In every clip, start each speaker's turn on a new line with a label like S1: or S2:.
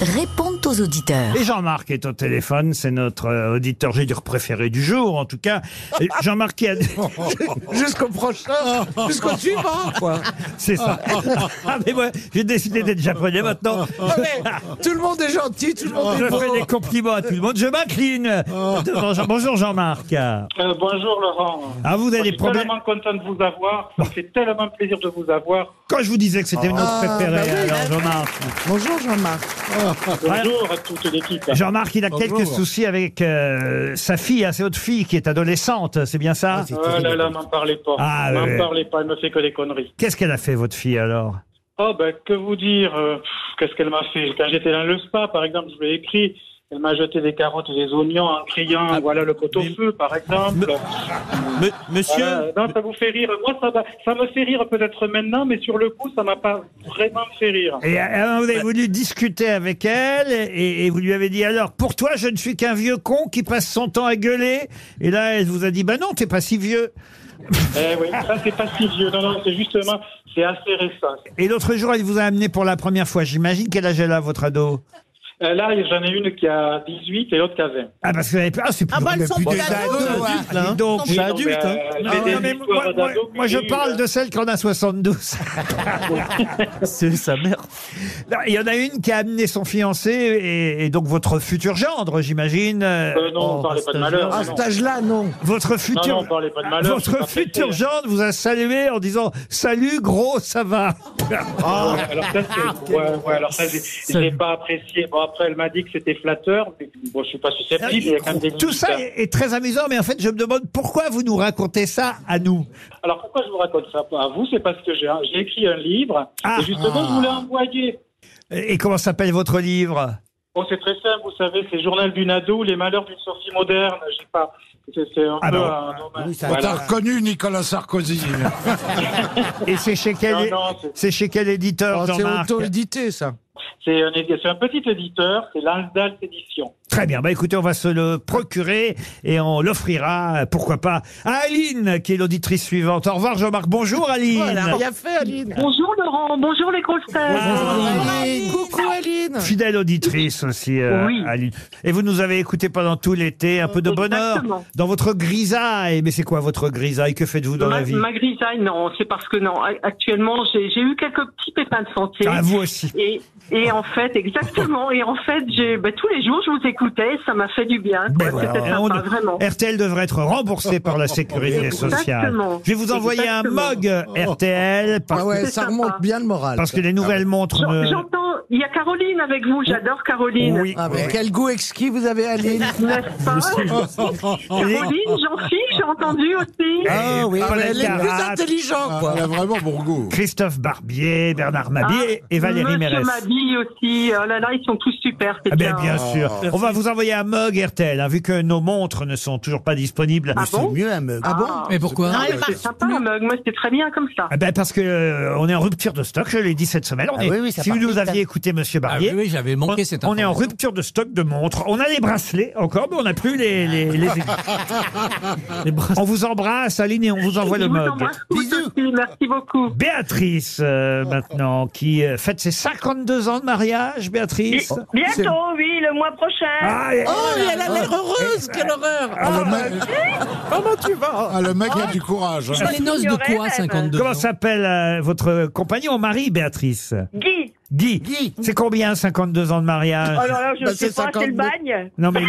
S1: répondent aux auditeurs.
S2: Et Jean-Marc est au téléphone, c'est notre euh, auditeur, j'ai dire préféré du jour, en tout cas. Et Jean-Marc qui a...
S3: Jusqu'au prochain, jusqu'au suivant, quoi.
S2: C'est ça. Ah, mais moi, j'ai décidé d'être japonais maintenant.
S3: Ah, mais tout le monde est gentil, tout le monde
S2: Je
S3: est
S2: fais
S3: beau.
S2: des compliments à tout le monde. Je m'incline.
S3: Ah.
S2: devant Jean- Bonjour Jean-Marc. Ah,
S4: Euh, bonjour Laurent.
S2: vous avez
S4: Je
S2: des
S4: suis
S2: problèmes.
S4: tellement content de vous avoir. Ça me fait tellement plaisir de vous avoir.
S2: Quand je vous disais que c'était une autre préférée, alors Jean-Marc.
S5: Bonjour Jean-Marc.
S2: Ah,
S4: Bonjour à toute l'équipe.
S2: Jean-Marc, il a quelques soucis avec euh, sa fille, hein, c'est autre fille qui est adolescente, Ah, c'est bien ça
S4: Oh là là, m'en parlez pas.
S2: Ah,
S4: m'en
S2: ouais.
S4: parlez pas, elle me fait que des conneries.
S2: Qu'est-ce qu'elle a fait, votre fille, alors
S4: Oh ben, que vous dire euh, pff, Qu'est-ce qu'elle m'a fait Quand j'étais dans le spa, par exemple, je lui ai écrit. Elle m'a jeté des carottes et des oignons en criant
S2: Ah,
S4: Voilà le pot au feu, par exemple.
S6: monsieur,
S4: Voilà. Non, ça vous fait rire. Moi, ça, va- ça me fait rire peut-être maintenant, mais sur le coup, ça m'a pas vraiment fait rire.
S2: Et euh, vous avez voulu discuter avec elle et, et vous lui avez dit alors pour toi je ne suis qu'un vieux con qui passe son temps à gueuler et là elle vous a dit bah non t'es pas si vieux
S4: Eh oui, ça, c'est pas si vieux. Non, non, c'est justement, c'est assez récent.
S2: et l'autre jour elle vous a amené pour la première fois j'imagine quel âge elle a votre ado
S4: Euh, Là, j'en ai une qui a 18 et l'autre qui a 20.
S2: ah parce que vous avez ah c'est plus
S5: Ah bah
S2: drôle,
S5: elles sont
S2: plus
S5: plus
S2: des
S5: ados,
S2: ados,
S5: hein.
S2: hein. Dis donc.
S4: Oui, non, mais, euh,
S2: Non,
S4: c'est des
S2: non, mais
S4: histoires euh,
S2: moi, moi-
S4: d'ados que
S2: moi, je
S4: j'ai eues,
S2: parle
S4: là.
S2: de celle qui en a 72
S6: c'est sa mère.
S2: Non, il y en a une qui a amené son fiancé et, et donc votre futur gendre j'imagine euh,
S4: Euh, non, on parlait pas de malheur.
S5: À
S4: non.
S5: cet âge-là, non.
S2: votre
S4: Non,
S2: futur
S4: non, on parlait pas de malheur. c'est pas
S2: Ah, Votre futur
S4: pressé, hein.
S2: gendre vous a salué en disant Salut gros, ça va
S4: Ouais, Ah, alors ça,
S2: Ah,
S4: c'est- ouais, ouais, alors ça, j'ai- j'ai
S6: Salut.
S4: pas apprécié. Bon, après, elle m'a dit que c'était flatteur. mais Bon, je suis pas susceptible. il y a quand même des
S2: Tout
S4: limites,
S2: ça
S4: hein.
S2: est est très amusant, mais en fait, je me demande pourquoi vous nous racontez ça à nous.
S4: Alors pourquoi je vous raconte ça à vous C'est parce que j'ai j'ai écrit un livre.
S2: Ah.
S4: et justement, je vous l'ai envoyé.
S2: Et et comment s'appelle votre livre
S4: Bon, c'est très simple, vous savez, c'est Journal d'une ado, les malheurs d'une sortie moderne. J'ai pas. C'est c'est un
S2: Ah,
S4: peu
S2: non.
S4: un hommage.
S5: oui, ça-
S4: Voilà.
S3: T'as reconnu Nicolas Sarkozy.
S2: Et c'est chez quel,
S4: Non, non, c'est-
S2: c'est chez quel éditeur,
S5: Oh, C'est
S2: Jean-Marc
S5: auto-édité, ça.
S4: C'est un, édi- c'est un petit éditeur, c'est l'Aldalt Édition.
S2: Très bien. Bah écoutez, on va se le procurer et on l'offrira, euh, pourquoi pas, à Aline, qui est l'auditrice suivante. Au revoir, Jean-Marc. Bonjour, Aline.
S5: Voilà, bien fait, Aline.
S7: Bonjour Laurent, bonjour les grosses têtes.
S5: Coucou, Aline.
S2: Fidèle auditrice aussi, euh,
S7: Ah. Oui.
S2: Aline. Et vous nous avez écouté pendant tout l'été, un peu de bonheur
S7: Exactement.
S2: dans votre grisaille. Mais c'est quoi votre grisaille Que faites-vous dans la
S7: Ma,
S2: vie
S7: ma grisaille, non, c'est parce que non. a- Actuellement, j'ai j'ai eu quelques petits pépins de santé.
S2: À Ah, vous aussi.
S7: Et, et en fait, exactement. Et en fait, j'ai ben, tous les jours, je vous écoutais, ça m'a fait du bien. quoi.
S2: Ben voilà.
S7: C'était
S2: On- eh,
S7: sympa, vraiment.
S2: RTL devrait être remboursé par la sécurité sociale.
S7: Exactement.
S2: Je vais vous envoyer un
S7: Exactement.
S2: mug RTL parce,
S5: Ah ouais,
S7: C'est
S5: ça
S7: sympa.
S5: remonte bien le moral.
S2: parce que les
S5: Ah
S2: nouvelles montres
S7: J'en-
S2: ne...
S7: J'entends, il y a Caroline avec vous, j'adore Caroline.
S2: Oui.
S5: Ah, mais quel goût exquis vous avez, Aline.
S7: N'est-ce pas Caroline, j'en suis, j'ai entendu aussi.
S5: Ah oui,
S2: Paul
S5: mais elle est plus
S2: Elkarat,
S5: intelligente, quoi.
S6: Ah,
S3: a vraiment bon goût.
S2: Christophe Barbier, Bernard Mabier et Valérie
S7: Ah. Monsieur
S2: Mérès.
S7: Mabille aussi, oh là là, ils sont tous super. c'est
S2: Ah ben,
S7: bien.
S2: bien sûr.
S5: Oh,
S2: On va vous envoyer un mug RTL, hein, vu que nos montres ne sont toujours pas disponibles.
S7: Ah bon
S5: mieux un mug. Ah bon
S6: Mais pourquoi
S5: Ah, elle
S8: Bah,
S7: C'est sympa, un mug. Moi, c'était très bien comme ça.
S2: Ah ben, parce que euh, on est en rupture de stock, je l'ai dit cette semaine. On
S5: Ah
S2: est-
S5: oui, oui, ça
S2: si vous
S5: part
S2: nous
S5: vite,
S2: aviez
S5: hein.
S2: écouté, Monsieur
S6: Ah oui,
S2: Barbier,
S6: oui, j'avais manqué cette
S2: on est en
S6: information.
S2: rupture de stock de montres. On a les bracelets encore, mais on n'a plus les. les- les- on vous embrasse, Aline, et on vous envoie
S7: Je
S2: le
S7: vous
S2: mug.
S7: embrasse tous aussi, Merci beaucoup.
S2: Béatrice, euh, maintenant, qui euh, fête ses 52 ans de mariage, Béatrice.
S8: Bientôt, oui, le mois prochain.
S2: Ah, et-
S5: Oh, mais elle a l'air heureuse, quelle horreur
S3: Ah, le mec,
S5: Comment tu vas
S3: ah, le mec a du courage. hein.
S8: les noces de quoi, 52
S2: Comment s'appelle euh, votre compagnon mari, Béatrice
S8: euh, Guy.
S2: Guy.
S5: Guy.
S2: C'est combien 52 ans de mariage
S8: Oh là là, je
S5: Bah,
S8: sais
S5: c'est
S8: pas, c'est
S5: 52.
S8: le bagne.
S2: Non mais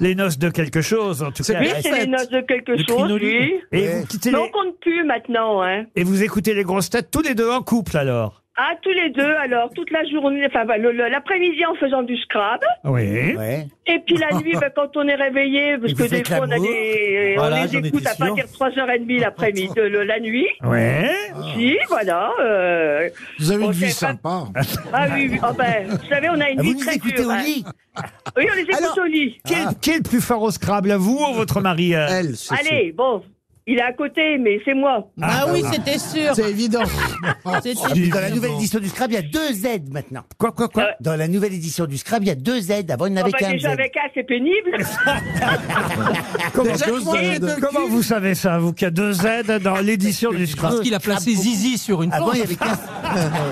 S2: les noces de quelque chose en tout
S5: C'est
S6: Ah,
S2: cas.
S8: Oui,
S6: bah,
S5: la
S8: c'est les
S5: fête.
S8: noces de quelque chose, oui.
S2: Et vous quittez
S8: Mais on
S2: les...
S8: compte plus maintenant, hein.
S2: et vous écoutez les grosses têtes tous les deux en couple alors.
S8: Ah, tous les deux, alors, toute la journée, enfin, bah, le- le- l'après-midi en faisant du scrap.
S2: Oui.
S5: Ouais.
S8: Et puis la nuit, bah, quand on est réveillé, parce
S6: Et
S8: que
S6: vous
S8: des
S6: faites
S8: fois, on, a
S6: l'amour.
S8: des,
S6: Voilà,
S8: on
S6: j'en
S8: les
S6: étais
S8: écoute à
S6: sûr.
S8: partir de 3h30 l'après-midi, de- le- la nuit.
S2: Ouais.
S6: Ah.
S8: Si, voilà. euh,
S3: Vous avez une
S8: on
S3: vie
S8: sait pas-
S3: sympa. hein.
S8: Ah oui, oui, ah ben, vous savez, on a une
S5: Ah, Vous
S8: vie
S5: nous
S8: très
S5: écoutez
S8: dure.
S5: au
S8: hein.
S5: lit
S8: Oui, on les écoute
S5: Alors- Ah,
S8: au lit.
S2: Qui est, qui est le plus fort au Scrabble, vous ou votre mari euh
S5: Elle, c'est-
S8: Allez, bon. Il est à côté, mais c'est moi.
S9: Ah, oui, c'était sûr.
S10: C'est évident.
S9: C'était-
S10: Dans la nouvelle édition du Scrabble, il y a deux Z maintenant.
S2: Quoi, quoi, quoi
S10: Dans la nouvelle édition du Scrabble, il y a deux Z. Avant, il n'y en
S8: Ah
S10: avait
S8: bah,
S10: qu'un
S8: déjà
S10: Z.
S8: avec A, c'est pénible.
S2: Comment,
S3: Déjà,
S2: deux
S3: moi,
S2: Z.
S3: j'ai deux
S2: Comment vous savez ça, vous, qu'il y a deux Z dans l'édition du
S6: Parce
S2: Scrabble
S6: qu'il a placé Zizi sur une
S10: Avant,
S6: planche.
S10: il y avait qu'un.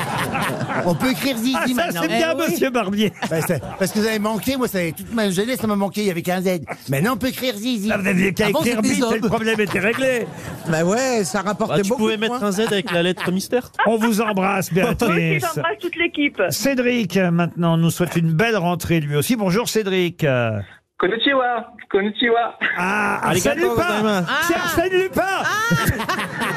S10: On peut écrire Zizi
S2: Ah, ça,
S10: maintenant.
S2: c'est bien,
S9: Eh oui.
S2: monsieur Barbier.
S10: Ouais, c'est- Parce que vous avez manqué, moi, ça, avait- toute ma jeunesse, ça m'a manqué, il y avait qu'un Z. Maintenant, on peut écrire Zizi.
S2: Là, Ah, vous n'aviez qu'à
S6: Avant,
S2: écrire
S6: c'était
S2: bite et
S6: Zob.
S2: le problème était réglé.
S5: Bah ouais, ça rapportait
S6: Ah, tu
S5: beaucoup.
S6: pouvais
S5: de
S6: mettre
S5: points.
S6: un Z avec la lettre mystère
S2: On vous embrasse,
S8: Moi aussi,
S2: Béatrice.
S8: j'embrasse toute l'équipe.
S2: Cédric, euh, maintenant, nous souhaite une belle rentrée lui aussi. Bonjour Cédric. Euh,
S4: Konnichiwa, konnichiwa.
S2: Ah, Arsène
S6: Arigato
S2: Lupin
S6: gozaimasu.
S2: C'est Arsène Lupin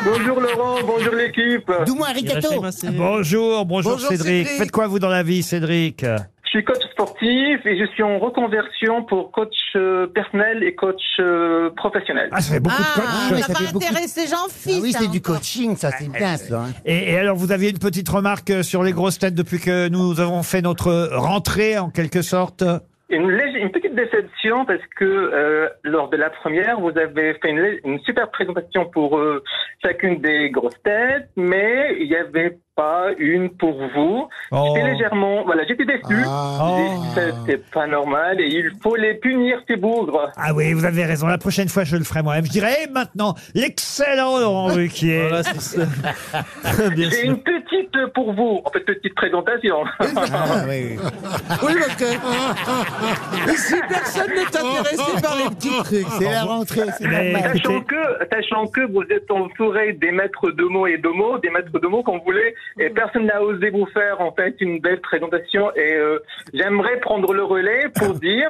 S4: Bonjour Laurent, bonjour l'équipe.
S10: D'où moi, Arigato.
S2: Bonjour, bonjour,
S5: Bonjour,
S2: Cédric.
S5: Cédric.
S2: Faites quoi vous dans la vie, Cédric
S4: Je suis coach sportif et je suis en reconversion pour coach euh, personnel et coach euh, professionnel.
S2: Ah, ça fait beaucoup de
S10: Ah,
S9: Ah,
S10: mais
S2: coachs.
S10: ça
S9: ça va
S10: fait beaucoup-
S9: intéresser Jean-Fils.
S10: Ah oui, c'est
S9: hein,
S10: du
S9: encore.
S10: coaching, ça, c'est
S2: Ah,
S10: bien, ça. hein.
S2: Et, et alors, vous aviez une petite remarque euh, sur les grosses têtes depuis que nous avons fait notre rentrée, en quelque sorte
S4: Une, lég- une petite déception parce que euh, lors de la première, vous avez fait une, lég- une super présentation pour euh, chacune des grosses têtes, mais il n'y avait pas une pour vous.
S2: Oh.
S4: J'étais légèrement, voilà, j'étais déçu.
S5: Ah.
S4: J'ai dit, ça,
S5: Oh.
S4: C'est pas normal et il faut les punir ces bougres.
S2: Ah oui, vous avez raison. La prochaine fois, je le ferai moi-même. Je dirais eh, maintenant l'excellent Laurent Ruquier.
S6: Voilà, c'est ça. Bien
S4: J'ai
S6: sûr.
S4: une petite pour vous, en fait petite présentation.
S10: Ah, oui, oui.
S5: Oui, parce que. si personne n'est intéressé par les petits trucs.
S10: C'est
S3: Ah,
S10: la rentrée, c'est
S2: Mais
S10: normal.
S4: Sachant
S2: Eh ben, écoutez,
S4: que, sachant que vous êtes entouré des maîtres de mots et de mots, des maîtres de mots qu'on voulait,
S2: Mm.
S4: et personne n'a osé vous faire en fait une belle présentation. Et euh, j'aimerais prendre le relais pour dire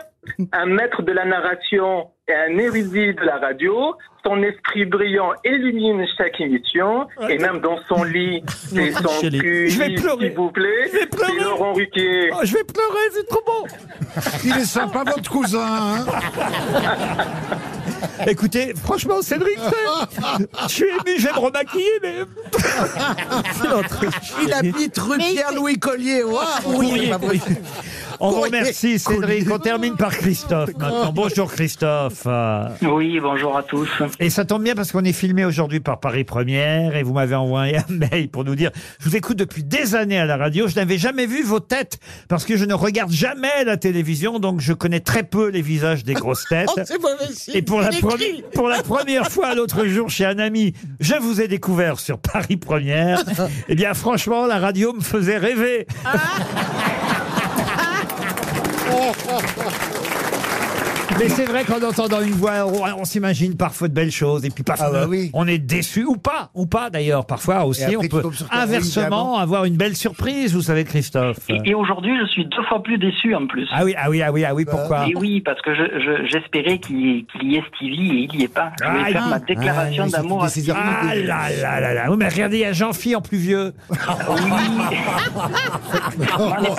S4: un maître de la narration et un érudit de la radio, son esprit brillant illumine chaque émission, et même dans son lit et son
S6: chez les-
S4: cul,
S2: Je vais pleurer.
S4: s'il vous plaît,
S2: vais pleurer.
S4: c'est Laurent Ruquier.
S2: Oh, je vais pleurer, c'est trop bon.
S3: Il est sympa, votre cousin. hein.
S2: Écoutez, franchement, Cédric, c'est- je suis ému, je vais me remaquiller, mais
S5: Il habite rue
S9: Mais il fait-
S5: Pierre-Louis Collier. Waouh, c'est pas possible.
S2: on vous
S5: Courrier.
S2: remercie, Cédric. On termine par Christophe maintenant. Bonjour, Christophe. Euh,
S4: Oui, bonjour à tous.
S2: Et ça tombe bien parce qu'on est filmé aujourd'hui par Paris Première et vous m'avez envoyé un mail pour nous dire je vous écoute depuis des années à la radio, je n'avais jamais vu vos têtes parce que je ne regarde jamais la télévision, donc je connais très peu les visages des grosses têtes.
S5: Oh, c'est mauvais signe.
S2: Et pour la,
S5: Il
S2: premi-
S5: écrit.
S2: pour la première fois l'autre jour chez un ami, je vous ai découvert sur Paris Première. Eh bien, franchement, la radio me faisait rêver.
S10: Ah.
S2: Mais c'est vrai qu'en entendant une voix, on on s'imagine parfois de belles choses et puis parfois
S10: Ah bah oui.
S2: on est déçu ou pas, ou pas d'ailleurs parfois aussi.
S10: après,
S2: on
S10: tu
S2: peut
S10: tombes sur ta-
S2: inversement
S10: évidemment.
S2: avoir une belle surprise, vous savez Christophe.
S4: Et, et aujourd'hui, je suis deux fois plus déçu en plus.
S2: Ah oui, ah oui, ah oui, ah oui, pourquoi
S4: Et oui, parce que je- je- j'espérais qu'il y, ait- qu'il y ait Stevie et il n'y est pas. Je
S2: Ah,
S4: vais faire
S2: il-
S4: ma déclaration
S10: Ah, oui,
S4: d'amour à
S10: c'est-
S4: Stevie.
S10: c'est-
S2: Ah là là là là. Oui, mais regardez, il y a Jean-Phi en plus vieux.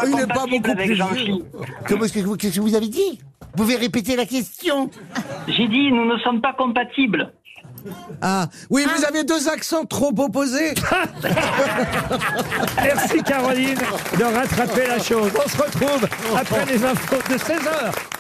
S5: Il n'est pas beaucoup
S4: avec
S5: plus
S4: Jean-Philippe.
S10: Comment est-ce que vous- Qu'est-ce que vous avez dit Vous pouvez répéter la question
S4: J'ai dit, nous ne sommes pas compatibles.
S5: Ah, oui, vous avez deux accents trop opposés.
S2: Merci Caroline de rattraper la chose. On se retrouve après les infos de 16h.